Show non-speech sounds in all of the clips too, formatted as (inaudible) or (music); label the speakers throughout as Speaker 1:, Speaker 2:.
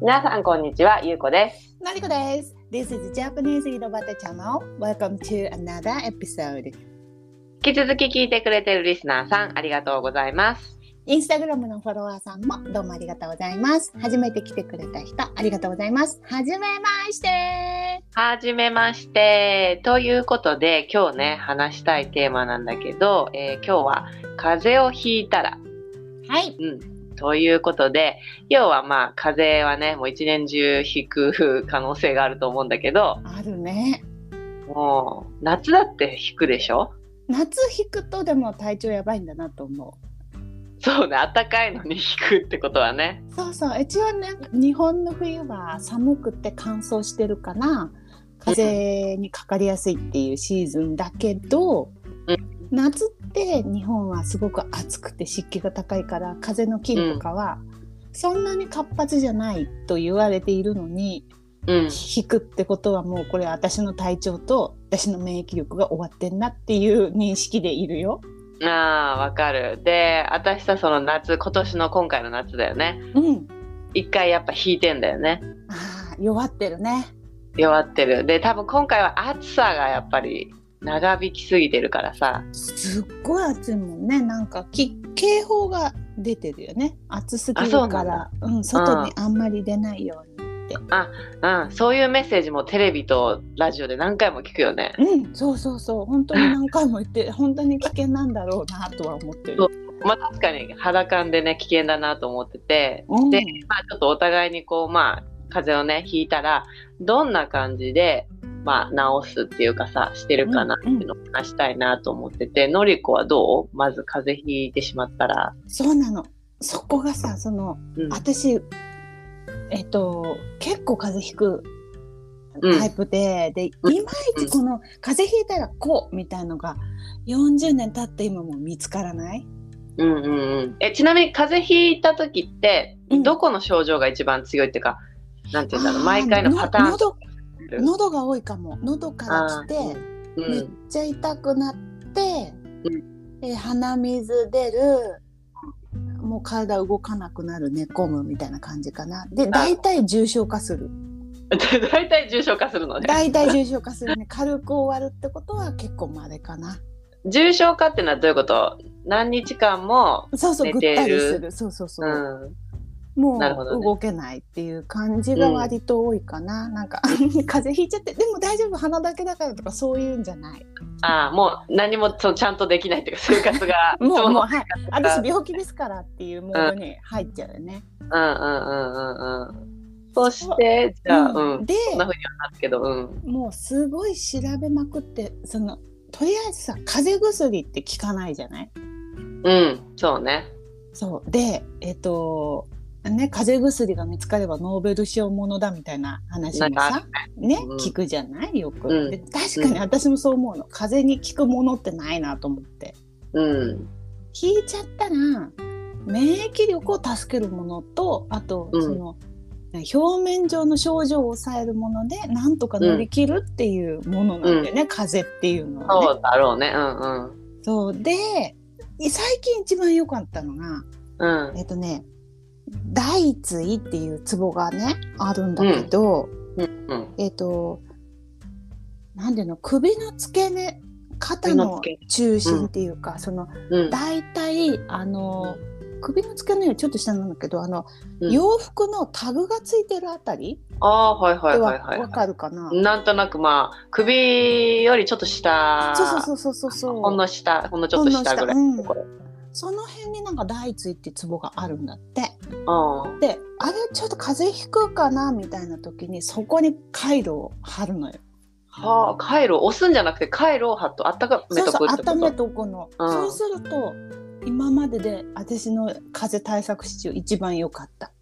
Speaker 1: 皆さんこんにちは、ゆうこです。
Speaker 2: なりこです。This is Japanese Irobata Channel. Welcome to another episode.
Speaker 1: 引き続き聞いてくれてるリスナーさん、ありがとうございます。
Speaker 2: インスタグラムのフォロワーさんもどうもありがとうございます。初めて来てくれた人、ありがとうございます。はじめまして。
Speaker 1: はじめまして。ということで、今日ね、話したいテーマなんだけど、えー今日は、風邪をひいたら、
Speaker 2: はい。
Speaker 1: ということで、要はまあ、風邪はね、もう一年中ひく可能性があると思うんだけど、
Speaker 2: あるね。
Speaker 1: もう、夏だってひくでしょ
Speaker 2: 夏引くとでも体調やばいんだなと思
Speaker 1: そうね、暖かいのにひくってことはね。
Speaker 2: う。そうそう。一応ね、日本の冬は寒くて乾燥してるから、風邪にかかりやすいっていうシーズンだけど、
Speaker 1: う
Speaker 2: 夏って日本はすごく暑くて湿気が高いから風の菌とかはそんなに活発じゃないと言われているのに、
Speaker 1: うん。
Speaker 2: 引くってことはもうこれ私の体調と私の免疫力が終わってんなっていう認識でいるよ。
Speaker 1: ああ、わかる。で、私さ、その夏、今年の今回の夏だよね。
Speaker 2: うん、
Speaker 1: 一回やっぱ引いてんだよね。
Speaker 2: あー弱ってるね。
Speaker 1: 弱ってる。で、多分今回は暑さがやっぱり長引きすぎてるからさ。
Speaker 2: すっごい暑いもんね。なんかき警報が出てるよね。暑すぎ
Speaker 1: あそうな
Speaker 2: るか
Speaker 1: んだ
Speaker 2: ら、うん外にあんまり出ないようにって。
Speaker 1: うん、そういうメッセージもテレビとラジオで何回も聞くよね。
Speaker 2: うん、そうそうそう。本当に何回も
Speaker 1: (laughs)
Speaker 2: 言って、本当に危険なんだろうなとは思ってる。
Speaker 1: まあ確かに肌感でね、危険だなと思ってて。
Speaker 2: うん
Speaker 1: で、まあちょっとお互いにこう、まあ風邪をね、ひいたら、どんな感じで、まあ直すっていうかさ、してるかなっていうのを話したいなと思ってて、のりこはどうまず風邪ひいてしまったら。
Speaker 2: そうなの。そこがさ、その、
Speaker 1: うん
Speaker 2: 私、えっと、結構風邪ひく
Speaker 1: うん
Speaker 2: タイプで、で、い
Speaker 1: うん
Speaker 2: まいちこの、風邪ひいたらこうみたいのが、40年経って今も見つからない
Speaker 1: うんうんうん、えちなみに風邪ひいた時って、
Speaker 2: うん
Speaker 1: どこの症状が一番強いっていうかなんて言うんだろう
Speaker 2: あー
Speaker 1: 毎回のパターン
Speaker 2: の喉喉が多いかも喉から来て、
Speaker 1: う
Speaker 2: めっ
Speaker 1: ん (laughs)
Speaker 2: ちゃ痛くなって、
Speaker 1: う
Speaker 2: えー鼻水出るもう体動かなくなる寝込むみたいな感じかなで大体重症化する
Speaker 1: 大体重症化するのね
Speaker 2: 大体重症化するね (laughs) 軽く終わるってことは結構までかな
Speaker 1: 重症化ってのはどういうこと何日間も、
Speaker 2: そうそうぐ
Speaker 1: 寝
Speaker 2: っ
Speaker 1: る
Speaker 2: てたりするそうそうそうう、
Speaker 1: ん、
Speaker 2: も
Speaker 1: なるほど
Speaker 2: う
Speaker 1: ね
Speaker 2: 動けないっていう感じが割と多いかな、なんか (laughs) 風邪ひいちゃってでも大丈夫鼻だけだからとかそういうんじゃない
Speaker 1: ああもう何もそのちゃんとできないっていうか生活が
Speaker 2: (laughs) も
Speaker 1: そうの
Speaker 2: もうはい私病気ですからっていうモードに入っちゃうよね。
Speaker 1: うんうんうんうんうんそしてじゃあうん、
Speaker 2: で
Speaker 1: そんなふうにはなるけどうん
Speaker 2: もうすごい調べまくってそのとりあえずさ風邪薬って効かないじゃない
Speaker 1: うんそうね
Speaker 2: そうでえっ、とね風邪薬が見つかればノーベル賞ものだみたいな話も
Speaker 1: なん
Speaker 2: さね
Speaker 1: うん
Speaker 2: 聞くじゃないよく、
Speaker 1: うん
Speaker 2: で確かに私もそう思うの風邪に効くものってないなと思って
Speaker 1: うん
Speaker 2: 引いちゃったら免疫力を助けるものとあと
Speaker 1: うん
Speaker 2: その、表面上の症状を抑えるものでなんとか乗り切るっていうものなんだよね、風邪っていうのはね。
Speaker 1: そうだろうねうんうん
Speaker 2: そうでい最近一番良かったのが
Speaker 1: うん
Speaker 2: えっとね大椎っていうツボがねあるんだけど、
Speaker 1: うん
Speaker 2: えっと何ていうの首の付け根肩
Speaker 1: 首の
Speaker 2: の
Speaker 1: 付け
Speaker 2: 中心っていうか、その
Speaker 1: うん
Speaker 2: 大体あの首の付け根よりちょっと下なんだけどあの、
Speaker 1: うん
Speaker 2: 洋服のタグがついてるあたり
Speaker 1: ああーはいは
Speaker 2: で
Speaker 1: い
Speaker 2: わ、
Speaker 1: はいはい、
Speaker 2: わかるかな、
Speaker 1: なんとなくまあ首よりちょっと下
Speaker 2: そうそうそうそうそう
Speaker 1: ほんの下ほんのちょっと下ぐらい
Speaker 2: ほん
Speaker 1: の
Speaker 2: の
Speaker 1: と
Speaker 2: 下
Speaker 1: ころ
Speaker 2: その辺になんか大椎ってツボがあるんだって。
Speaker 1: うん
Speaker 2: であれちょっと風邪ひくかなみたいな時にそこに回路を貼るのよ。
Speaker 1: はあ回路押すんじゃなくて回路を貼っとあったかめ
Speaker 2: そう
Speaker 1: と
Speaker 2: そ
Speaker 1: く
Speaker 2: う
Speaker 1: ってこと
Speaker 2: 温めとこの、
Speaker 1: うん
Speaker 2: そうすると今までで私の風邪対策史中一番良かった。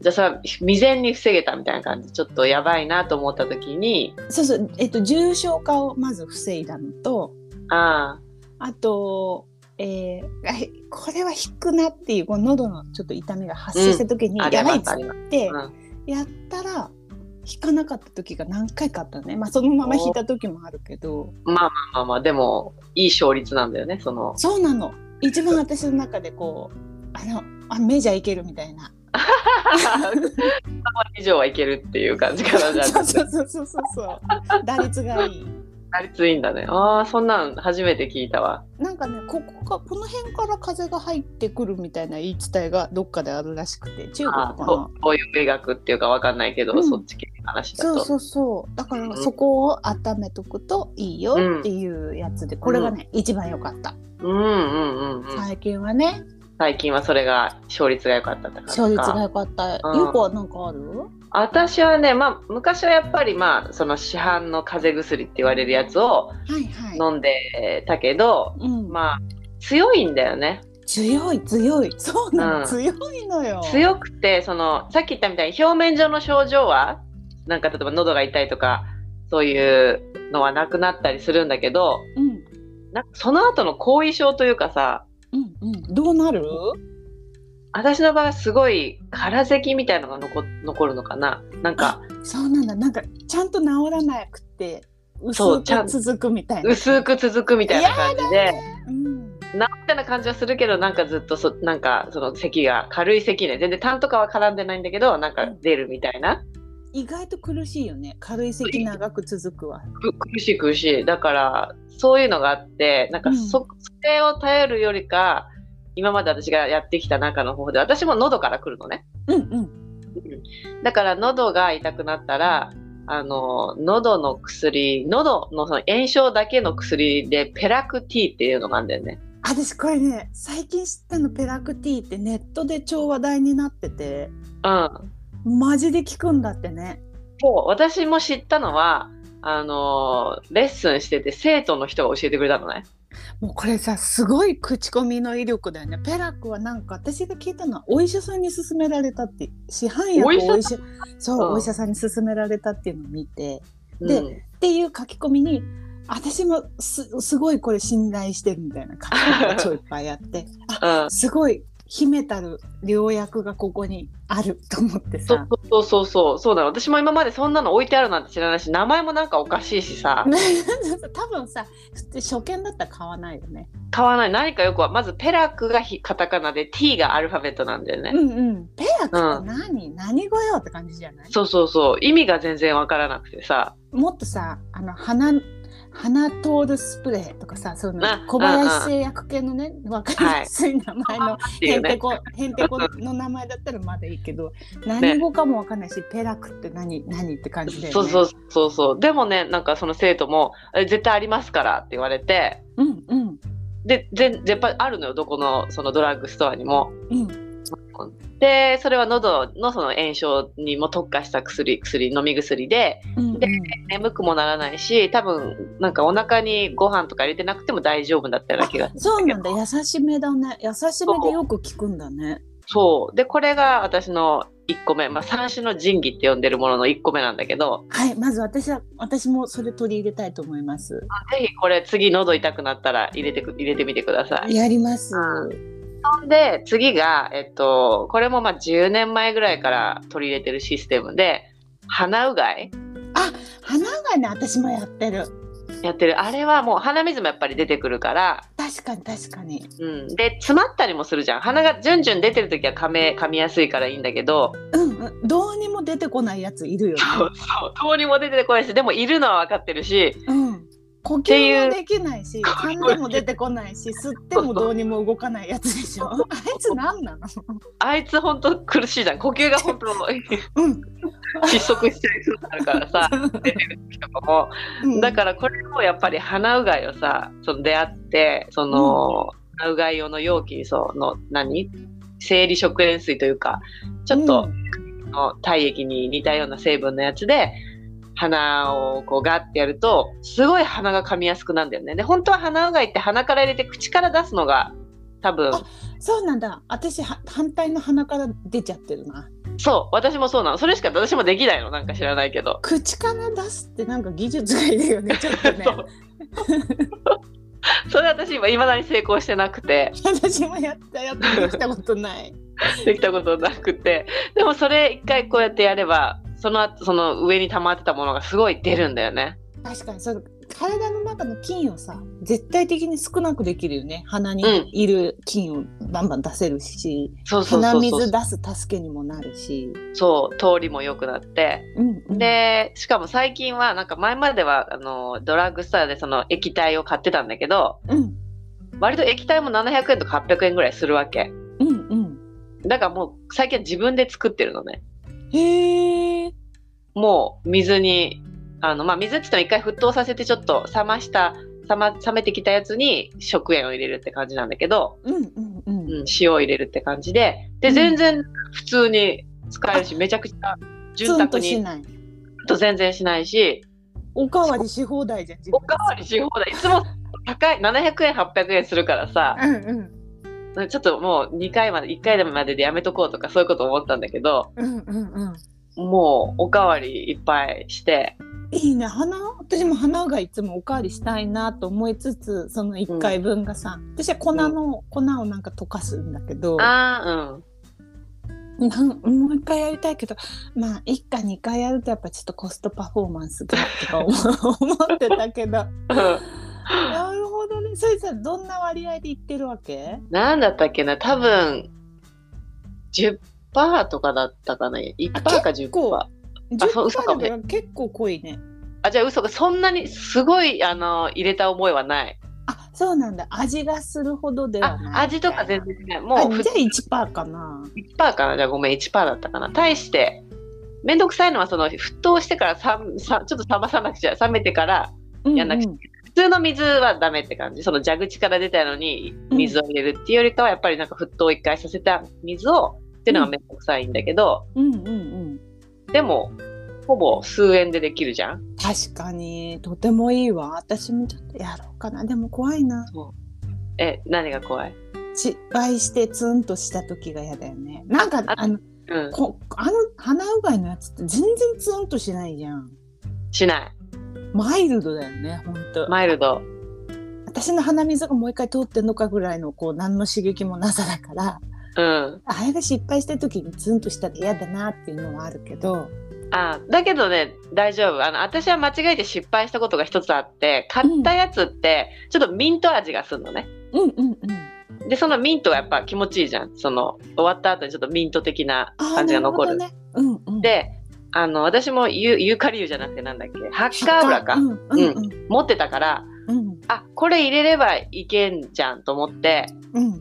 Speaker 1: じゃあそれは未然に防げたみたいな感じちょっとやばいなと思った時に
Speaker 2: そうそう、えっと、重症化をまず防いだのと
Speaker 1: あ
Speaker 2: あと、えーあへこれは引くなっていうこう喉のちょっと痛みが発生した時に、
Speaker 1: ああり
Speaker 2: やば
Speaker 1: ま
Speaker 2: いっ
Speaker 1: す
Speaker 2: つ
Speaker 1: あ
Speaker 2: っ
Speaker 1: ります
Speaker 2: て
Speaker 1: う
Speaker 2: やったら引かなかった時が何回かあったのね、まあ、そのまま引いた時もあるけど。
Speaker 1: まあまあでもいい勝率なんだよねその (laughs)
Speaker 2: そうなの一番私の中でこうあのあメジャーいけるみたいな
Speaker 1: 以上はいけるっていう感じかなじゃ
Speaker 2: (laughs) そ
Speaker 1: あ
Speaker 2: うそうそうそうそう。打率がいい。
Speaker 1: 打率いいんだねああそんなん初めて聞いたわ
Speaker 2: なんかね、ここか、この辺から風が入ってくるみたいな言い伝えがどっかであるらしくて、中国
Speaker 1: あ
Speaker 2: か
Speaker 1: ー
Speaker 2: な
Speaker 1: と。東洋医学っていうかわかんないけど、
Speaker 2: うん
Speaker 1: そっち系の話だ
Speaker 2: そう
Speaker 1: と
Speaker 2: そうそう。だから
Speaker 1: うん
Speaker 2: そこを温めとくといいよっていうやつで、これがね、一番良かった。
Speaker 1: うんうんうんうん、
Speaker 2: 最近はね、
Speaker 1: 最近はそれが勝率が良かったって感じか
Speaker 2: 勝率が良かった。
Speaker 1: うん
Speaker 2: ゆうこはなんかある
Speaker 1: 私はね、まあ、昔はやっぱり、まあ、その市販の風邪薬って言われるやつを
Speaker 2: はいはい。
Speaker 1: 飲んでたけど、
Speaker 2: うん、
Speaker 1: まあ強いんだよね
Speaker 2: 強い強い。そうなの、
Speaker 1: うん
Speaker 2: 強いのよ。
Speaker 1: 強くてそのさっき言ったみたいに表面上の症状はなんか例えば喉が痛いとかそういうのはなくなったりするんだけど
Speaker 2: うん
Speaker 1: なんかその後の後遺症というかさ
Speaker 2: うんうん。どうなる？
Speaker 1: 私の場合はすごい空咳みたいのが残残るのかななん (laughs) か
Speaker 2: そうなんだ。なんかちゃんと治らなくて
Speaker 1: そ
Speaker 2: 薄
Speaker 1: うちゃん
Speaker 2: く続くみたいな。
Speaker 1: 薄く続くみたいな感じで。
Speaker 2: うん。
Speaker 1: 治ったような感じはするけどなんかずっとそなんかその咳が軽い咳ね全然痰とかは絡んでないんだけどなんか出るみたいな、
Speaker 2: 意外と苦しいよね。軽い咳長く続くわ。
Speaker 1: く苦しい苦しいだからそういうのがあってなんかそ,、それを頼るよりか今まで私がやってきた中の方法で私も喉から来るのね
Speaker 2: うんうん。
Speaker 1: だから喉が痛くなったらあの喉の薬喉のその炎症だけの薬でペラクティーっていうのがあるんだよね
Speaker 2: 私これね最近知ったのペラクティーってネットで超話題になってて
Speaker 1: うん
Speaker 2: マジで効くんだってね。
Speaker 1: そう私も知ったのはあのーレッスンしてて生徒の人が教えてくれたのね
Speaker 2: もうこれさすごい口コミの威力だよね。ペラクはなんか私が聞いたのはお医者さんに勧められたって市販薬を
Speaker 1: お医者さん
Speaker 2: お医者そう、
Speaker 1: うん
Speaker 2: お医者さんに勧められたっていうのを見てで
Speaker 1: うん、
Speaker 2: っていう書き込みに私もすすごいこれ信頼してるみたいな書き込みが超いっぱいあって
Speaker 1: (laughs) うん
Speaker 2: あすごい秘めたる良薬がここにあると思って
Speaker 1: そ
Speaker 2: さ
Speaker 1: う。そうそうそうそうなの私も今までそんなの置いてあるなんて知らないし名前もなんかおかしいしさ
Speaker 2: 多分さ初見だったら買わないよね。
Speaker 1: 買わない何かよくはまずペラクがひカタカナで T がアルファベットなんだよね、
Speaker 2: うんうん。ペラクって何、何語よって感じじゃない
Speaker 1: そうそうそう意味が全然わからなくてさ
Speaker 2: もっとさあの鼻鼻通るスプレーとかさそういう
Speaker 1: あ
Speaker 2: の小林製薬系のね分かりやすい名前の
Speaker 1: ってい
Speaker 2: へ
Speaker 1: うん
Speaker 2: て
Speaker 1: ね
Speaker 2: こへんてこの名前だったらまだいいけど何語かも分かんないしペラクって何何って感じで、ね、
Speaker 1: そうそうそうそうでもねなんかその生徒もえ絶対ありますからって言われて
Speaker 2: うんうん
Speaker 1: で全全般あるのよどこのそのドラッグストアにも
Speaker 2: うん
Speaker 1: でそれは喉のその炎症にも特化した薬薬飲み薬で
Speaker 2: うんうん
Speaker 1: で眠くもならないし多分なんかお腹にご飯とか入れてなくても大丈夫だったような気がする
Speaker 2: そうなんだ優しめだね優しめでよく聞くんだね
Speaker 1: そうでこれが私の1個目、まあ、三種の神器って呼んでるものの1個目なんだけど
Speaker 2: はいまず私は私もそれ取り入れたいと思います
Speaker 1: ぜひこれ次喉痛くなったら入れてく入れてみてください。
Speaker 2: やります
Speaker 1: うほんで次が、えっと、これもまあ10年前ぐらいから取り入れてるシステムで鼻うがい
Speaker 2: 鼻がね私もやってる
Speaker 1: やってるあれはもう鼻水もやっぱり出てくるから
Speaker 2: 確かに確かに
Speaker 1: うん、で詰まったりもするじゃん鼻がジュンジュン出てる時は噛め噛みやすいからいいんだけど
Speaker 2: うんうん、どうにも出てこないやついるよね。
Speaker 1: そうそうどうにも出てこないしでもいるのは分かってるし
Speaker 2: うん、呼
Speaker 1: てい
Speaker 2: 吸
Speaker 1: う
Speaker 2: もできない
Speaker 1: (laughs)
Speaker 2: し、噛んでも出てこないし、吸ってもどうにも動かないやつで (laughs) しょ。あいつ何なの？
Speaker 1: あいつ本当苦しいじゃん呼吸が (laughs) 本当
Speaker 2: うん、
Speaker 1: 窒息しちゃいそうになるからさ出てる時とかも
Speaker 2: うん
Speaker 1: だからこれもやっぱり鼻うがいをさその出会ってその、鼻うがい用の容器にその何生理食塩水というかちょっと、の体液に似たような成分のやつで鼻をこうガッてやるとすごい鼻が噛みやすくなるんだよねで本当は鼻うがいって鼻から入れて口から出すのが多分
Speaker 2: あそうなんだ。私は反対の鼻から出ちゃってるな。
Speaker 1: そう私もそうなのそれしか私もできないのなんか知らないけど
Speaker 2: 口から出すってなんか技術がいるよね。ちょっとね
Speaker 1: (laughs) そ。う (laughs) それ私今いまだに成功してなくて
Speaker 2: 私もやったやってできたことない。
Speaker 1: できたことなくてでもそれ一回こうやってやればその後その上に溜まってたものがすごい出るんだよね
Speaker 2: 確かにそう。体の中の菌をさ絶対的に少なくできるよね鼻に
Speaker 1: うん
Speaker 2: いる菌をバンバン出せるし、
Speaker 1: そうそう
Speaker 2: 鼻
Speaker 1: そうそう
Speaker 2: 水出す助けにもなるし、
Speaker 1: そう通りも良くなって
Speaker 2: うんうん、
Speaker 1: でしかも最近はなんか前まではあのドラッグストアでその液体を買ってたんだけど
Speaker 2: うん
Speaker 1: 割と液体も700円とか800円ぐらいするわけ
Speaker 2: うんうん
Speaker 1: だからもう最近は自分で作ってるのね
Speaker 2: へえ
Speaker 1: もう水にあの、まあ、水って言っても一回沸騰させてちょっと冷ました冷,、ま、冷めてきたやつに食塩を入れるって感じなんだけど、
Speaker 2: うんうんうん
Speaker 1: うん、塩を入れるって感じでで
Speaker 2: うん
Speaker 1: 全然普通に使えるしめちゃくちゃ
Speaker 2: ツ
Speaker 1: 潤
Speaker 2: ンと
Speaker 1: 沢
Speaker 2: し
Speaker 1: に
Speaker 2: ない
Speaker 1: と全然しないし
Speaker 2: おかわりし放題じゃん自
Speaker 1: お
Speaker 2: 分
Speaker 1: かわりし放題いつも高い700円800円するからさ
Speaker 2: うん
Speaker 1: ちょっともう2回まで1回まででやめとこうとかそういうこと思ったんだけど
Speaker 2: うんうんうんうん
Speaker 1: もうおかわりいっぱいして
Speaker 2: いいね花私も花がいつもおかわりしたいなと思いつつその1回分がさ、私は粉の、粉をなんか溶かすんだけどな
Speaker 1: あー
Speaker 2: んもう1回やりたいけどまあ1回2回やるとやっぱちょっとコストパフォーマンスがとか思 (laughs) 思ってたけど
Speaker 1: うん。
Speaker 2: なるほどねそれさどんな割合でいってるわけ
Speaker 1: (laughs) なんだったっけな多分10%とかだったかな1%か
Speaker 2: 結
Speaker 1: 10%
Speaker 2: 構
Speaker 1: あそう嘘か
Speaker 2: ?10
Speaker 1: も
Speaker 2: 回
Speaker 1: ね
Speaker 2: だから結構濃いね。
Speaker 1: あじゃあ嘘がそんなにすごいあの入れた覚えはない
Speaker 2: あそうなんだ味がするほどで
Speaker 1: あ
Speaker 2: はない
Speaker 1: 味とか全然違う
Speaker 2: あ
Speaker 1: もうふ
Speaker 2: じゃあ1%かな。
Speaker 1: 1%かなじゃあごめん1%だったかな対してめんどくさいのはその沸騰してからさんさちょっと冷まさなくちゃ冷めてからやんなくちゃ
Speaker 2: うんうん
Speaker 1: 普通の水はダメって感じその蛇口から出たのに水を入れるっていうよりかはやっぱりなんか沸騰を1回させた水をっていうのがめんどくさいんだけど、
Speaker 2: うんうんうん
Speaker 1: でもほぼ数円でできるじゃん
Speaker 2: 確かにとてもいいわ私もちょっとやろうかなでも怖いな
Speaker 1: え何が怖い
Speaker 2: 失敗してツンとした時が嫌だよねなんかあ
Speaker 1: あ
Speaker 2: の
Speaker 1: うん
Speaker 2: こあの鼻うがいのやつって全然ツンとしないじゃん
Speaker 1: しない
Speaker 2: マイルドだよねほんと
Speaker 1: マイルド
Speaker 2: 私の鼻水がもう一回通ってんのかぐらいのこう何の刺激もなさだから
Speaker 1: うん
Speaker 2: あれが失敗した時にツンとしたら嫌だなっていうのはあるけど
Speaker 1: あだけどね大丈夫あの私は間違えて失敗したことが一つあって買ったやつってちょっとミント味がするのね、
Speaker 2: うんうんうん
Speaker 1: でそのミントがやっぱ気持ちいいじゃんその終わった後にちょっとミント的な
Speaker 2: あー
Speaker 1: 感じが残る
Speaker 2: なほどねうんうん
Speaker 1: であの私もユユーカリ油じゃなくてなんだっけハッカー油か、
Speaker 2: うんうんうん
Speaker 1: 持ってたから
Speaker 2: うん
Speaker 1: あこれ入れればいけんじゃんと思って
Speaker 2: うん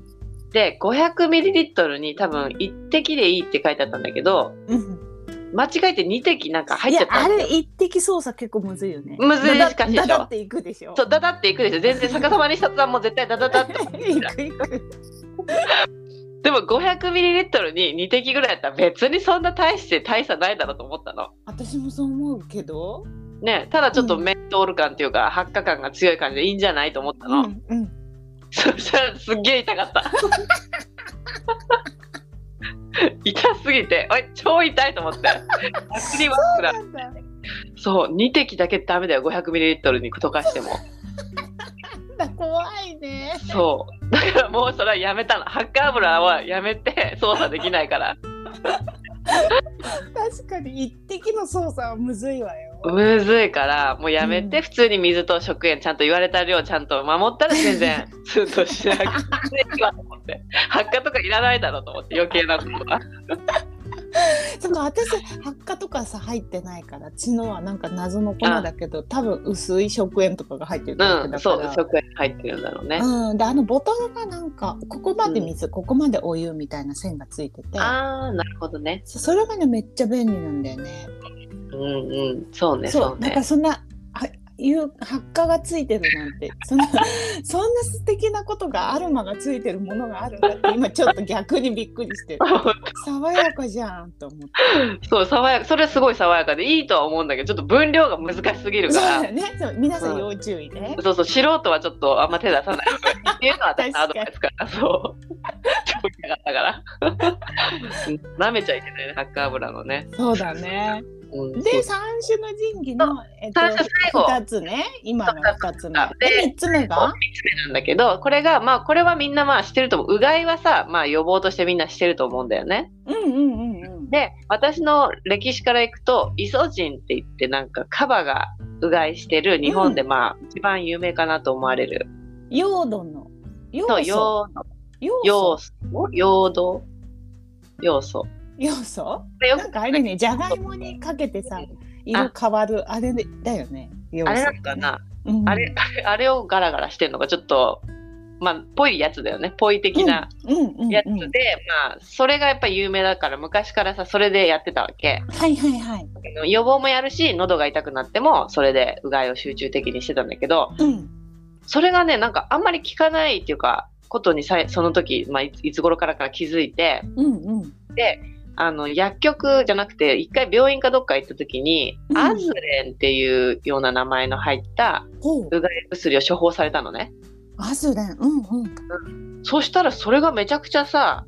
Speaker 1: で 500ml に多分1滴でいいって書いてあったんだけど
Speaker 2: うん
Speaker 1: 間違えて2滴なんか入
Speaker 2: い
Speaker 1: っちゃっ
Speaker 2: や
Speaker 1: た
Speaker 2: あ
Speaker 1: んです
Speaker 2: れ
Speaker 1: よ
Speaker 2: 一滴操作結構むずいよね。
Speaker 1: むずい
Speaker 2: だ
Speaker 1: しかしでし
Speaker 2: だ
Speaker 1: ょ
Speaker 2: だっていくでしょ。
Speaker 1: そうダダっていく
Speaker 2: (laughs)
Speaker 1: でしょ全然逆さまにした途端もう絶対ダダダって
Speaker 2: いくいく。
Speaker 1: でも 500ml に2滴ぐらいやったら別にそんな大して大差ないだろうと思ったの
Speaker 2: 私もそう思うけど。
Speaker 1: ねただちょっと
Speaker 2: うん
Speaker 1: メントール感っていうか発火感が強い感じでいいんじゃないと思ったの、
Speaker 2: うんうん。
Speaker 1: そしたらすっげえ痛かった (laughs) 痛すぎておい超痛いと思って薬はくらそう2滴だけダメだよ 500ml に溶かしても
Speaker 2: なんだ怖いね。
Speaker 1: そうだからもうそれはやめたのハッカー油はやめて操作できないから
Speaker 2: 確かに一滴の操作はむずいわよ。
Speaker 1: むずいからもうやめて、
Speaker 2: うん
Speaker 1: 普通に水と食塩ちゃんと言われた量ちゃんと守ったら全
Speaker 2: (laughs)
Speaker 1: 然スーッとしなくていいわと思って発火とかいらないだろうと思って余計なことは
Speaker 2: その私発火とかさ入ってないから血のはなんか謎の粉だけど多分薄い食塩とかが入ってるわ
Speaker 1: う
Speaker 2: けだ
Speaker 1: ん
Speaker 2: から。
Speaker 1: そう食塩入ってるんだろうね、
Speaker 2: うん、であのボトルがなんかここまで水、ここまでお湯みたいな線がついてて
Speaker 1: ああなるほどね
Speaker 2: そそれがねめっちゃ便利なんだよね。
Speaker 1: うんうんそうね
Speaker 2: そう
Speaker 1: そう
Speaker 2: なんか
Speaker 1: ね
Speaker 2: そんなあいう発火がついてるなんてそんな (laughs) そんな素敵なことがアルマがついてるものがあるんだって今ちょっと逆にびっくりしてる爽やかじゃんと思っ
Speaker 1: (laughs) そう爽やかそれすごい爽やかでいいとは思うんだけどちょっと分量が難しすぎ
Speaker 2: て
Speaker 1: る
Speaker 2: そう (laughs)
Speaker 1: か
Speaker 2: だ
Speaker 1: ら
Speaker 2: よねそう皆さ
Speaker 1: うんん
Speaker 2: 要注意ね、
Speaker 1: そうそう素人はちょっとあんま手出さないっていうのは
Speaker 2: 確
Speaker 1: 私のア
Speaker 2: かに
Speaker 1: ドバイスからそう (laughs) 超嫌だったから (laughs) なめちゃいけないねハッカー油のね、
Speaker 2: そうだね
Speaker 1: うん、
Speaker 2: で
Speaker 1: そう
Speaker 2: 三種の神器の、えっと、
Speaker 1: 三種最後
Speaker 2: 2つね今の2つ目
Speaker 1: で
Speaker 2: で3つ目が
Speaker 1: なんだけどこれがまあこれはみんなまあしてると思ううがいはさまあ予防としてみんなしてると思うんだよね
Speaker 2: うんうんうんうん
Speaker 1: で私の歴史からいくとイソジンって言ってなんかカバがうがいしてる日本でまあ一番有名かなと思われる
Speaker 2: ヨードの要
Speaker 1: そう
Speaker 2: 素
Speaker 1: 要
Speaker 2: 要
Speaker 1: 要
Speaker 2: 素
Speaker 1: 素要素要素
Speaker 2: 要素
Speaker 1: でよ
Speaker 2: な
Speaker 1: く
Speaker 2: んかあれねじゃがいもにかけてさ色変わるあれだよね要素
Speaker 1: あれなのかな、
Speaker 2: うん
Speaker 1: あれあれあれをガラガラしてるのがちょっとまあぽいやつだよねぽい的な
Speaker 2: うんうんうん
Speaker 1: やつで、まあそれがやっぱ有名だから昔からさそれでやってたわけ
Speaker 2: はいはいはい
Speaker 1: 予防もやるし喉が痛くなってもそれでうがいを集中的にしてたんだけど
Speaker 2: うん
Speaker 1: それがねなんかあんまり効かないっていうかことにさいその時、まあ、いついつ頃からから気づいて
Speaker 2: うんうん
Speaker 1: あの薬局じゃなくて一回病院かどっか行った時に、
Speaker 2: うん
Speaker 1: アズレンっていうような名前の入った
Speaker 2: ほう
Speaker 1: うがい薬を処方されたのね
Speaker 2: アズレンうんうん
Speaker 1: そしたらそれがめちゃくちゃさ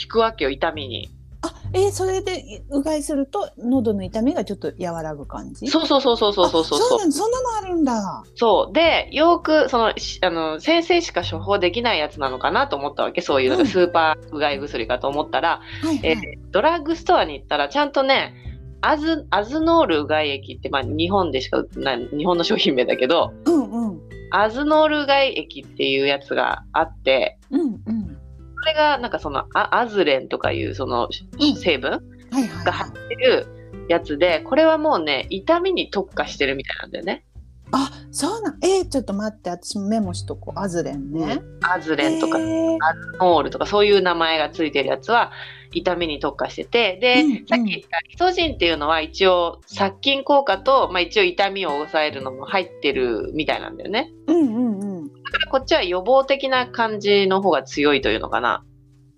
Speaker 1: 効くわけよ痛みに
Speaker 2: あえーそれでいうがいすると喉の痛みがちょっと和らぐ感じ
Speaker 1: そうそうそうそうそうそうそう
Speaker 2: あそうなんそんなのあるんだ
Speaker 1: そうでよくそのしあの先生しか処方できないやつなのかなと思ったわけそういうなんか
Speaker 2: うん
Speaker 1: スーパーうがい薬かと思ったら、
Speaker 2: はいはい、
Speaker 1: えードラッグストアに行ったらちゃんとねアズアズノールうがい液って、まあ、日本でしか売ってない日本の商品名だけど
Speaker 2: うんうん
Speaker 1: アズノールうがい液っていうやつがあって
Speaker 2: うんうん
Speaker 1: それがなんかそのあアズレンとかいうそのし
Speaker 2: うん
Speaker 1: 成分
Speaker 2: はいはい
Speaker 1: が
Speaker 2: は
Speaker 1: 入
Speaker 2: い
Speaker 1: ってるやつでこれはもうね痛みに特化してるみたいなんだよね
Speaker 2: あそうなんえー、ちょっと待って私もメモしとこうアズレンね
Speaker 1: アズレンとか
Speaker 2: えー
Speaker 1: ノールとかそういう名前がついてるやつは痛みに特化しててで、
Speaker 2: うんうん
Speaker 1: さっき言ったヒソジンっていうのは一応殺菌効果と、まあ、一応痛みを抑えるのも入ってるみたいなんだよね
Speaker 2: うんうんうん
Speaker 1: だからこっちは予防的な感じの方が強いというのかな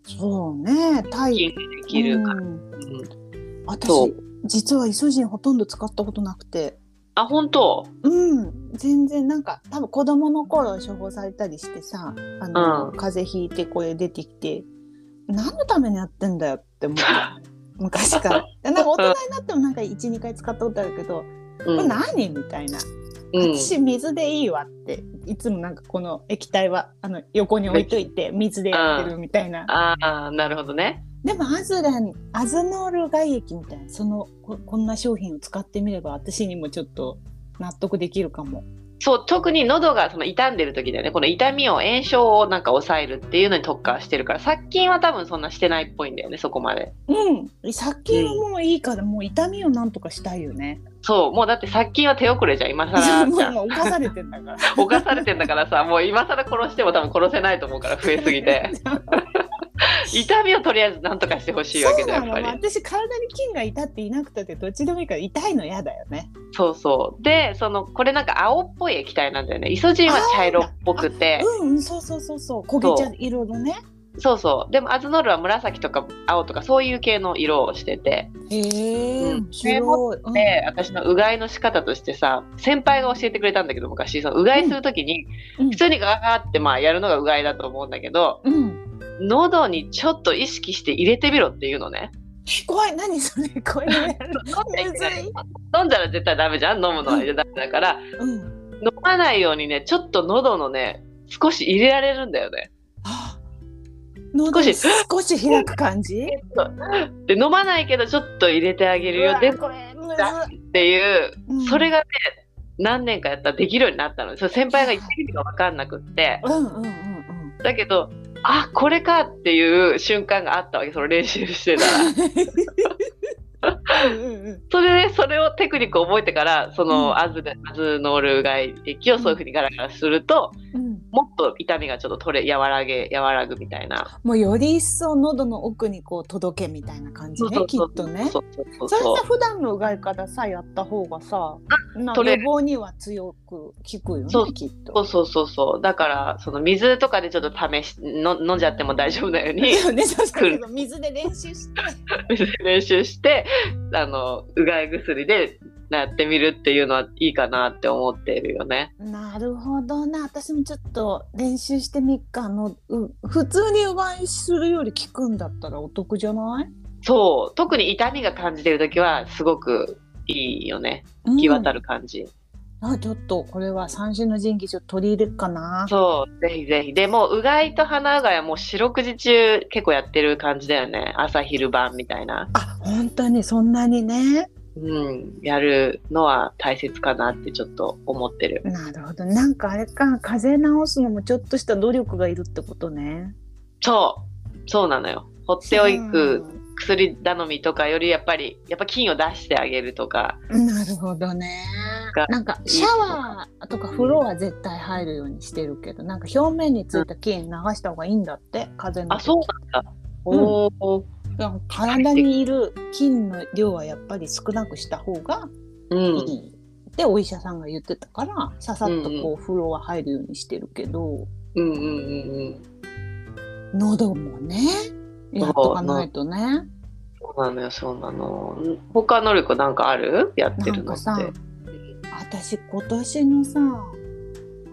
Speaker 2: そうね体
Speaker 1: 筋できるか、
Speaker 2: うん
Speaker 1: うんそ
Speaker 2: 私
Speaker 1: う
Speaker 2: 実はイソジンほとんど使ったことなくて
Speaker 1: あ本当
Speaker 2: うん全然なんか多分子供の頃処方されたりしてさあの、
Speaker 1: うん
Speaker 2: 風邪ひいてこれ出てきて何のためにやってんだよって思う (laughs)
Speaker 1: (laughs)
Speaker 2: 昔からでなんか大人になってもなんか12回使ったことあるけど、
Speaker 1: うん
Speaker 2: これ何みたいな、
Speaker 1: うん
Speaker 2: 私水でいいわっていつもなんかこの液体はあの横に置いといて水でやってるみたいな、
Speaker 1: ああなるほどね
Speaker 2: でもアズレンアズノール外液みたいなそのここんな商品を使ってみれば私にもちょっと納得できるかも。
Speaker 1: そう特に喉がその痛んでる時だよねこの痛みを炎症をなんか抑えるっていうのに特化してるから殺菌は多分そんなしてないっぽいんだよねそこまで
Speaker 2: うん、殺菌はもういいから、もう痛みをなんとかしたいよね。
Speaker 1: そう、もうだって殺菌は手遅れじゃん、今
Speaker 2: (laughs) も
Speaker 1: 更
Speaker 2: う
Speaker 1: じゃん。
Speaker 2: もう犯されてんだ
Speaker 1: (laughs)
Speaker 2: から。
Speaker 1: 犯されてんだからさ、もう今更殺しても多分殺せないと思うから、増えすぎ
Speaker 2: (laughs)
Speaker 1: て。痛みをとりあえず何とかしてほしいわ
Speaker 2: そ
Speaker 1: け
Speaker 2: う
Speaker 1: だよ、
Speaker 2: な
Speaker 1: やっ
Speaker 2: の、
Speaker 1: ぱり。
Speaker 2: 私体に菌がいたっていなくたってどっちでもいいから痛いの嫌だよね。
Speaker 1: そうそう。で、その、これなんか青っぽい液体なんだよね。イソジンは茶色っぽくて、
Speaker 2: うんうんそうそうそうそう焦げちゃう色のね。
Speaker 1: そうそう。でもアズノールは紫とか青とかそういう系の色をしてて、
Speaker 2: へえ
Speaker 1: うん
Speaker 2: 面白い。うん
Speaker 1: で、私のうがいの仕方としてさ、先輩が教えてくれたんだけど、昔、そのうがいするときに、
Speaker 2: うん
Speaker 1: 普通にガガガってまあやるのがうがいだと思うんだけど、
Speaker 2: うん。
Speaker 1: 喉にちょっと意識して入れてみろっていうのね。
Speaker 2: 怖い何それ怖い。む
Speaker 1: (laughs)
Speaker 2: ずい。
Speaker 1: 飲んだら絶対ダメじゃん飲むのはダメだから
Speaker 2: うん。
Speaker 1: 飲まないようにねちょっと喉のね少し入れられるんだよね
Speaker 2: あ喉
Speaker 1: 少
Speaker 2: に
Speaker 1: し
Speaker 2: 少し開く感じ。
Speaker 1: で飲まないけどちょっと入れてあげる
Speaker 2: う
Speaker 1: よ
Speaker 2: わ
Speaker 1: で
Speaker 2: これむずい
Speaker 1: っていう
Speaker 2: うん
Speaker 1: それがね何年かやったらできるようになったのその先輩が言ってる意味が分かんなくって
Speaker 2: うんうんうんうん。
Speaker 1: だけどあこれかっていう瞬間があったわけその練習してた
Speaker 2: (laughs)
Speaker 1: ら
Speaker 2: うんうんうん。
Speaker 1: それでそれをテクニックを覚えてからそ
Speaker 2: うん
Speaker 1: のアズでアズノールうがい液をそういうふうにガラガラすると
Speaker 2: うん、
Speaker 1: もっと痛みがちょっと取れ和らげ和らぐみたいな
Speaker 2: もうより一層喉の奥にこう届けみたいな感じねきっとね。
Speaker 1: そうそうそう
Speaker 2: それ
Speaker 1: そう
Speaker 2: さ普段のうがいからさやった方がさな
Speaker 1: 取れ
Speaker 2: 予
Speaker 1: る
Speaker 2: 防には強く効くよ
Speaker 1: そ
Speaker 2: ね
Speaker 1: う
Speaker 2: きっ
Speaker 1: そ
Speaker 2: と。
Speaker 1: うそうそうそうだからその水とかでちょっと試しの飲んじゃっても大丈夫なよう
Speaker 2: (laughs)
Speaker 1: に
Speaker 2: だよね (laughs) そうそうそう水で練習して
Speaker 1: 水で練習してあのうがい薬でやってみるっていうのはいいかなって思ってるよね。
Speaker 2: なるほどな私もちょっと練習してみっかのう普通にうがいするより効くんだったらお得じゃない
Speaker 1: そう特に痛みが感じてる時はすごくいいよね
Speaker 2: 行
Speaker 1: 行き渡る感じ、
Speaker 2: あちょっとこれは三種の神器ちょっと取り入れるかな。
Speaker 1: そうぜひぜひでもううがいと鼻うがいはもう四六時中結構やってる感じだよね朝昼晩みたいな
Speaker 2: あ本当にそんなにね。
Speaker 1: うん、やるのは大切かなってちょっと思ってる。
Speaker 2: なるほど。なんかあれか、風邪治すのもちょっとした努力がいるってことね。
Speaker 1: そう、そうなのよ。放っておく薬頼みとかよりやっぱり、やっぱ菌を出してあげるとか、
Speaker 2: うん。なるほどね。
Speaker 1: が
Speaker 2: なんかシャワーとか風呂は絶対入るようにしてるけど、なんか表面についた菌流した方がいいんだって、風邪の
Speaker 1: あ、
Speaker 2: 時
Speaker 1: そうなんだ。おお、
Speaker 2: なんか体にいる菌の量はやっぱり少なくした方が
Speaker 1: うん、
Speaker 2: いい。ってお医者さんが言ってたからささっとこう風呂は入るようにしてるけど、
Speaker 1: うん、うん、うん、うん。
Speaker 2: 喉もねやっとかないとね
Speaker 1: そうなのよ、そうなの。ん他のりこなんかあるやってるのって。
Speaker 2: なんかさ私今年のさ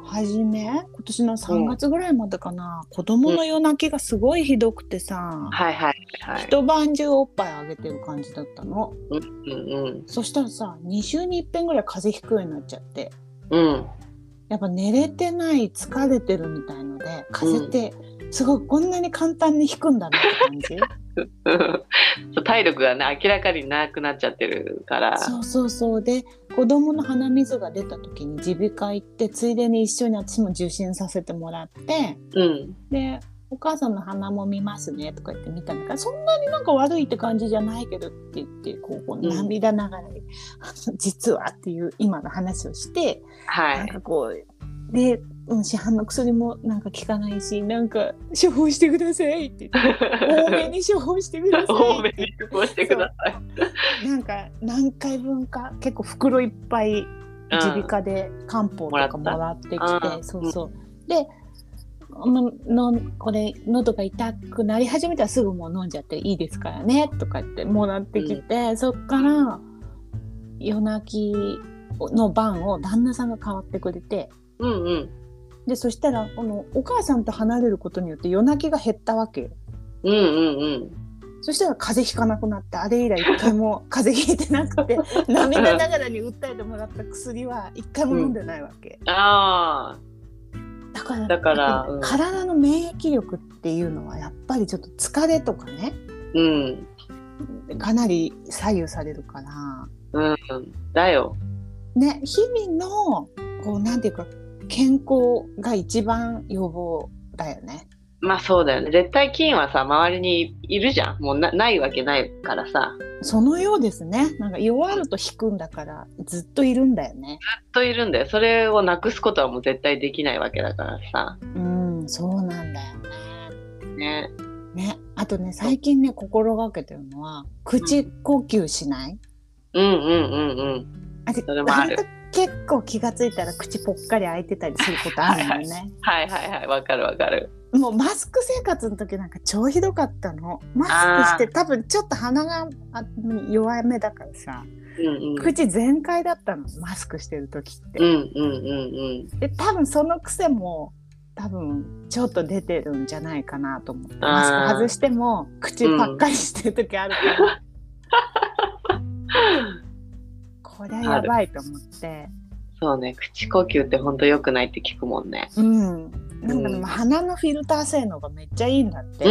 Speaker 2: 初め今年の3月ぐらいまでかな、子供の夜泣きがすごいひどくてさ、
Speaker 1: はいはいはい。
Speaker 2: 一晩中おっぱいあげてる感じだったの
Speaker 1: うんうん。
Speaker 2: そしたらさ2週に1遍ぐらい風邪ひくようになっちゃって
Speaker 1: うん。 (laughs)
Speaker 2: やっぱ寝れてない疲れてるみたいので風邪ってすごいこんなに簡単にひくんだなって感じ、
Speaker 1: (laughs) そう体力がね、明らかになくなっちゃってるから。
Speaker 2: そうそうそうで子供の鼻水が出た時に耳鼻科行ってついでに一緒に私も受診させてもらって
Speaker 1: うん。
Speaker 2: で「お母さんの鼻も見ますね」とか言って見たんだからそんなになんか悪いって感じじゃないけどって言ってこうこう
Speaker 1: うん
Speaker 2: 涙ながらに「 (laughs) 実は」っていう今の話をして、
Speaker 1: は
Speaker 2: なん
Speaker 1: い。
Speaker 2: かこうで、うん、市販の薬もなんか効かないしなんか処方してくださいって言って。多めに処方してくださ
Speaker 1: (laughs)
Speaker 2: い
Speaker 1: 多
Speaker 2: っ
Speaker 1: め
Speaker 2: て言って
Speaker 1: に過ごしてください。
Speaker 2: なんか何回分か結構袋いっぱい
Speaker 1: うん
Speaker 2: 耳鼻科で漢方とかもらってき
Speaker 1: もらった
Speaker 2: てそうそうでののこれ喉が痛くなり始めたらすぐもう飲んじゃっていいですからねとかってもらってきて、そっから夜泣きの晩を旦那さんが代わってくれて
Speaker 1: うんうん。
Speaker 2: でそしたらこのお母さんと離れることによって夜泣きが減ったわけよ。
Speaker 1: うんうんうん。
Speaker 2: そしたら風邪ひかなくなってあれ以来一
Speaker 1: (laughs)
Speaker 2: 回も風邪ひいてなくて涙ながらに訴えてもらった薬は一回も飲んでないわけ、
Speaker 1: ああ。
Speaker 2: だから
Speaker 1: だから
Speaker 2: やっぱり
Speaker 1: うん
Speaker 2: 体の免疫力っていうのはやっぱりちょっと疲れとかね
Speaker 1: うん。
Speaker 2: かなり左右されるから
Speaker 1: うん。だよ。
Speaker 2: ね日々のこうなんていうか健康が一番予防だよね
Speaker 1: まあそうだよね。絶対菌はさ、周りにいるじゃん。もうなないわけないからさ。
Speaker 2: そのようですねなんか弱ると引くんだからずっといるんだよね
Speaker 1: ずっといるんだよ。それをなくすことはもう絶対できないわけだからさ。
Speaker 2: うんそうなんだよ
Speaker 1: ね。
Speaker 2: ね、あとね最近ね心がけてるのは口呼吸しない、
Speaker 1: うんうんうんうん。
Speaker 2: あれ
Speaker 1: それもある
Speaker 2: 割と結構気がついたら口ぽっかり開いてたりすることあるのよね
Speaker 1: はいはいはい。わかるわかる。
Speaker 2: もうマスク生活の時なんか超ひどかったのマスクして多分ちょっと鼻があ弱めだからさ
Speaker 1: うんうん。
Speaker 2: 口全開だったのマスクしてる時って、
Speaker 1: うんうんうん
Speaker 2: で多分その癖も多分ちょっと出てるんじゃないかなと思って
Speaker 1: あー
Speaker 2: マスク外しても口ばっかりしてる時あるから、
Speaker 1: うん。
Speaker 2: (laughs) これやばいと思って、
Speaker 1: そうね、口呼吸って本当良くないって聞くもんね。
Speaker 2: うん、なんかで
Speaker 1: うん
Speaker 2: も鼻のフィルター性能がめっちゃいいんだって、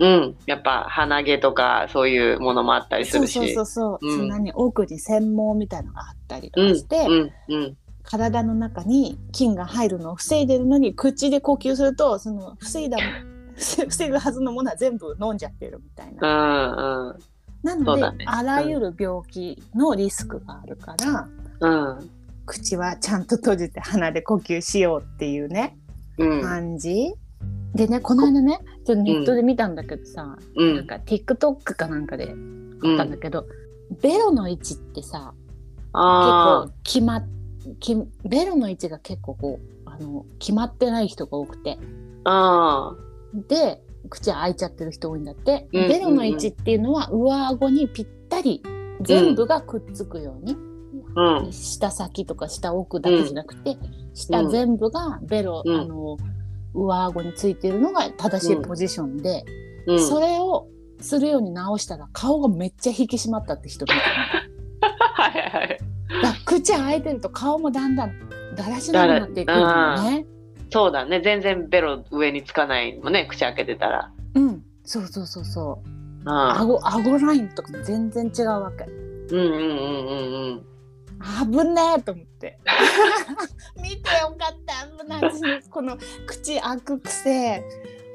Speaker 1: うん。うん。やっぱ鼻毛とかそういうものもあったりす
Speaker 2: そう
Speaker 1: るし。
Speaker 2: そうそうそう、
Speaker 1: うん
Speaker 2: そんなに奥に繊毛みたいのがあったりとかして、
Speaker 1: うんうん
Speaker 2: 体の中に菌が入るのを防いでるのに口で呼吸するとその防いだ (laughs) 防ぐはずのものは全部飲んじゃってるみたいな
Speaker 1: う。んうん
Speaker 2: な
Speaker 1: そ
Speaker 2: の
Speaker 1: う
Speaker 2: で、
Speaker 1: だね
Speaker 2: あらゆる病気のリスクがあるから、
Speaker 1: うん
Speaker 2: 口はちゃんと閉じて鼻で呼吸しようっていうね。
Speaker 1: うん
Speaker 2: 感じ、でねこの間ねちょっとネットで見たんだけどさ、
Speaker 1: う
Speaker 2: なん
Speaker 1: ん
Speaker 2: か TikTok かなんかで
Speaker 1: う
Speaker 2: 見たんだ
Speaker 1: ん
Speaker 2: けど、ベロの位置ってさ結
Speaker 1: あ
Speaker 2: 構決まっきベロの位置が結構こうあの決まってない人が多くて
Speaker 1: ああ
Speaker 2: で口開いちゃってる人多いんだって、
Speaker 1: うん
Speaker 2: ベロの位置っていうのは上顎にぴったり全部がくっつくように、
Speaker 1: あうん
Speaker 2: 下先とか下奥だけじゃなくて、下全部がベロ、
Speaker 1: うん
Speaker 2: あの上顎についてるのが正しいポジションで、
Speaker 1: うん
Speaker 2: それをするように直したら顔がめっちゃ引き締まったって人見た
Speaker 1: (laughs) はいはい
Speaker 2: のだから口開いてると顔もだんだんだらしなくなっていくんだよね。
Speaker 1: そうだね全然ベロ上につかないもんね口開けてたら
Speaker 2: うんそうそうそうそう
Speaker 1: うん
Speaker 2: 顎顎ラインとかも全然違うわけ
Speaker 1: うんうんうんうんうん。
Speaker 2: 危ねえと思って
Speaker 1: (laughs)
Speaker 2: 見てよかった危ない私のこの口開く癖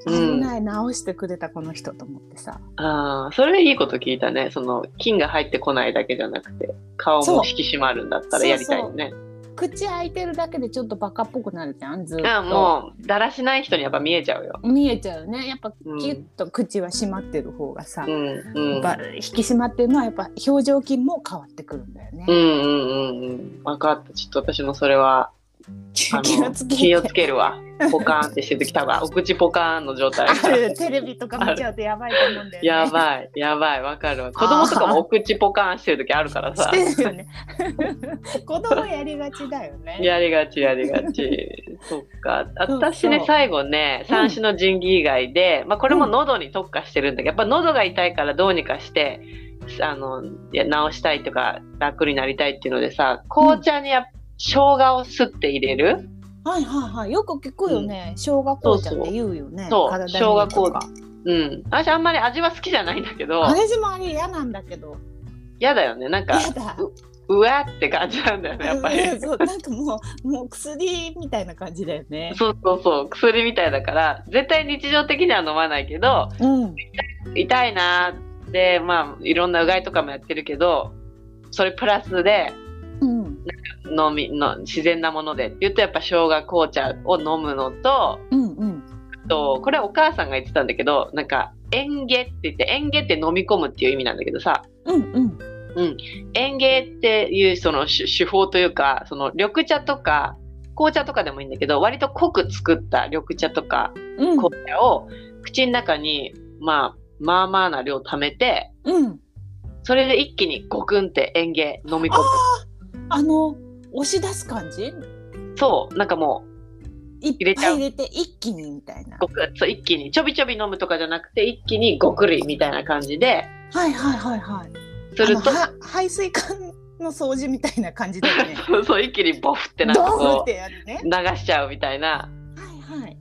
Speaker 2: 危ない直してくれたこの人と思ってさ、
Speaker 1: ああ、それいいこと聞いたね。その、菌が入ってこないだけじゃなくて、顔
Speaker 2: そう
Speaker 1: も引き締まるんだったらやりたいね。
Speaker 2: 口開いてるだけでちょっとバカっぽくなるじゃんずっ
Speaker 1: ああ
Speaker 2: と
Speaker 1: もう、だらしない人にやっぱ見えちゃうよ。
Speaker 2: 見えちゃうねやっぱ
Speaker 1: うん
Speaker 2: キュッと口は閉まってる方がさ、
Speaker 1: うんうん。
Speaker 2: ば引き締まってるのはやっぱ表情筋も変わってくるんだよね、
Speaker 1: うんうんうんうん。分かった。ちょっと私もそれは、
Speaker 2: 気
Speaker 1: あの
Speaker 2: をつけて
Speaker 1: 気をつけるわ。ポカーンってしてる時多分、お口ポカーンの
Speaker 2: (laughs)
Speaker 1: 状態。
Speaker 2: あるテレビとか見ちゃうとやばいと思うんだよね
Speaker 1: やばい、やばい、わかるわ。子供とかもお口ポカーンしてる時あるからさ。
Speaker 2: してるよね子供やりがちだよね
Speaker 1: やりがちやりが
Speaker 2: (laughs)
Speaker 1: ち。そっか。
Speaker 2: そう
Speaker 1: 私ね、最後ね、三種の神器以外で、まあこれも喉に特化してるんだけど、やっぱ喉が痛いからどうにかして、あの、いや治したいとか、楽になりたいっていうのでさ、紅茶にやっぱ生姜をすって入れる、
Speaker 2: はいはいはい。よく聞くよね。生姜紅茶って言うよね。
Speaker 1: そう
Speaker 2: 体にいいとか
Speaker 1: 生姜紅うん、私あんまり味は好きじゃないんだけど、
Speaker 2: 私もあれ嫌なんだけど。
Speaker 1: 嫌だよね。なんか、
Speaker 2: 嫌だ。
Speaker 1: うわって感じなんだよね、やっぱり。
Speaker 2: うんそうなんかもうもう薬みたいな感じだよね。
Speaker 1: そうそうそう、薬みたいだから、絶対日常的には飲まないけど、
Speaker 2: うん。
Speaker 1: 痛いなーってまあいろんなうがいとかもやってるけどそれプラスで
Speaker 2: うん。
Speaker 1: 飲みの自然なものでって言うとやっぱ生姜紅茶を飲むのと
Speaker 2: うんうん。
Speaker 1: あとこれはお母さんが言ってたんだけどなんか園芸って言って園芸って飲み込むっていう意味なんだけどさ
Speaker 2: うんうん。
Speaker 1: 園芸っていうその手手法というかその緑茶とか紅茶とかでもいいんだけど割と濃く作った緑茶とか
Speaker 2: うん
Speaker 1: 紅茶を口の中にまあまあまあな量溜めて
Speaker 2: うん。
Speaker 1: それで一気にゴクンって園芸飲み込
Speaker 2: ああ、あの押し出す感じ？
Speaker 1: む。そう、なんかも
Speaker 2: いっ
Speaker 1: れち
Speaker 2: ぱ
Speaker 1: ゃ
Speaker 2: いう入れて一気にみたいな
Speaker 1: う、。ごく、そう、一気に、ちょびちょび飲むとかじゃなくて、一気にごくりみたいな感じで、
Speaker 2: はいはいはいはい。
Speaker 1: すると。
Speaker 2: あの、は排水管の掃除みたいな感じだよね
Speaker 1: (laughs) そうそう、一気にボフってなんか
Speaker 2: どうっ
Speaker 1: こ
Speaker 2: てやるね
Speaker 1: う、。流しちゃうみたいな。
Speaker 2: はいはい。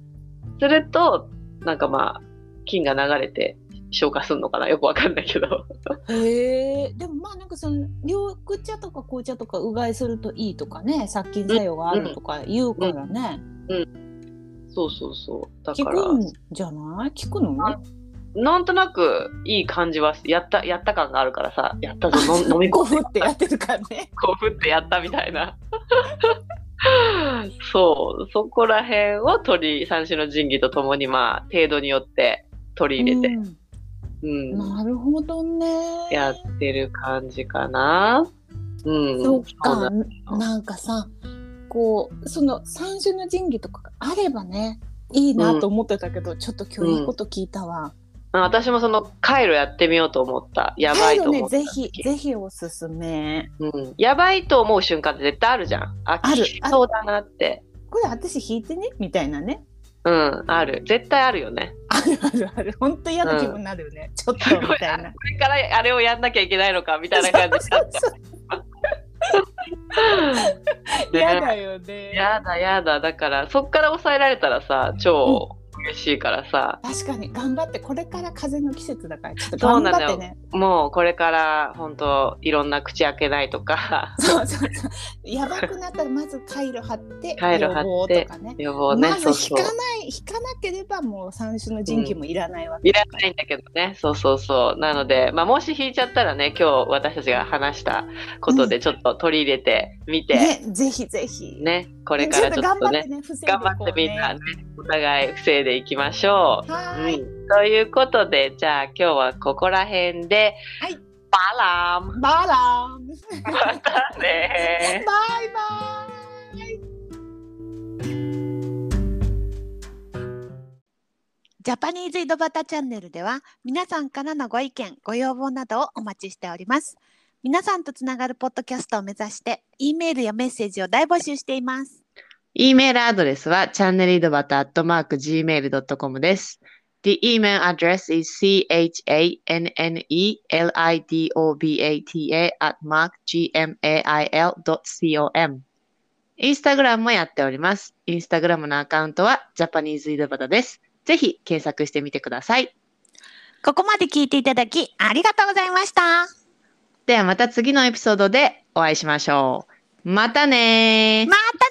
Speaker 1: すると、なんかまあ、菌が流れて消化するのかなよくわかんないけど。
Speaker 2: へえでもまあなんかその緑茶とか紅茶とかうがいするといいとかね殺菌作用があるとか言うからね、
Speaker 1: そうそうそう。だ
Speaker 2: 聞
Speaker 1: から、
Speaker 2: くんじゃない聞くの (laughs)
Speaker 1: あなんとなくいい感じは、やった、やった感があるからさ、やったぞ、の飲み
Speaker 2: ゴ
Speaker 1: 込ん
Speaker 2: フ
Speaker 1: で
Speaker 2: ってやってるからね
Speaker 1: こう振ってやったみたいな。 (laughs) そう、そこら辺を取り、三種の神器とともに、まあ、程度によって取り入れて、うん、
Speaker 2: うんなるほどね
Speaker 1: やってる感じかな。うん。
Speaker 2: そっ
Speaker 1: う
Speaker 2: か
Speaker 1: な
Speaker 2: なんかさこうその三種の神器とかがあればねいいなと思ってたけど、ちょっと今日いいこと聞いたわ、
Speaker 1: あ私もその回路やってみようと思った。やばいと思
Speaker 2: ね
Speaker 1: った。
Speaker 2: ぜひぜひおすすめ
Speaker 1: うん。やばいと思う瞬間って絶対あるじゃん。あ、
Speaker 2: ある
Speaker 1: きそうだなって。
Speaker 2: これ私弾いてねみたいなね
Speaker 1: うん、ある。絶対あるよね。
Speaker 2: あるあるある。本当嫌な気分になるよね。ちょっとみたいな。
Speaker 1: これからあれをやんなきゃいけないのかみたいな感じ。
Speaker 2: (laughs) そうそうそう
Speaker 1: ね
Speaker 2: 嫌だよね。
Speaker 1: やだやだだからそっから抑えられたらさ超嬉しいからさ、
Speaker 2: 確かに頑張ってこれから風の季節だからちょっと頑張ってね。
Speaker 1: もうこれから本当いろんな口開けないとか (laughs)
Speaker 2: そうそうそう。やばくなったらまずカイロ貼って
Speaker 1: カイロ貼って
Speaker 2: 予防とかね。
Speaker 1: 予防ね、
Speaker 2: ま
Speaker 1: そう
Speaker 2: ず
Speaker 1: そ
Speaker 2: 引
Speaker 1: う
Speaker 2: かない引かなければもう三種の神器もいらないわけ
Speaker 1: いらないんだけどねそうそうそうなので、まあ、もし引いちゃったらね今日私たちが話したことでちょっと取り入れてみて、
Speaker 2: ねぜひぜひ。
Speaker 1: ねこれからちょっとね
Speaker 2: ちょっと
Speaker 1: 頑
Speaker 2: 頑張
Speaker 1: 張
Speaker 2: って
Speaker 1: って
Speaker 2: ね防いでいこう
Speaker 1: みんなねお互い防いでいきましょう。
Speaker 2: は
Speaker 1: う
Speaker 2: ーい。
Speaker 1: ん、ということでじゃあ今日はここら辺で、
Speaker 2: はい
Speaker 1: バラーン
Speaker 2: バラン。
Speaker 1: またねー
Speaker 2: バイバイ。ジャパニーズ井戸端チャンネルでは皆さんからのご意見ご要望などをお待ちしております皆さんとつながるポッドキャストを目指して E メールやメッセージを大募集しています
Speaker 1: E メールアドレスは channelidobata.gmail.com です。The email address is chanelidobata at mark gmail.com インスタグラムもやっております。インスタグラムのアカウントはジャパニーズイドバタです。ぜひ検索してみてください。
Speaker 2: ここまで聞いていただきありがとうございました
Speaker 1: ではまた次のエピソードでお会いしましょう。またねー。
Speaker 3: また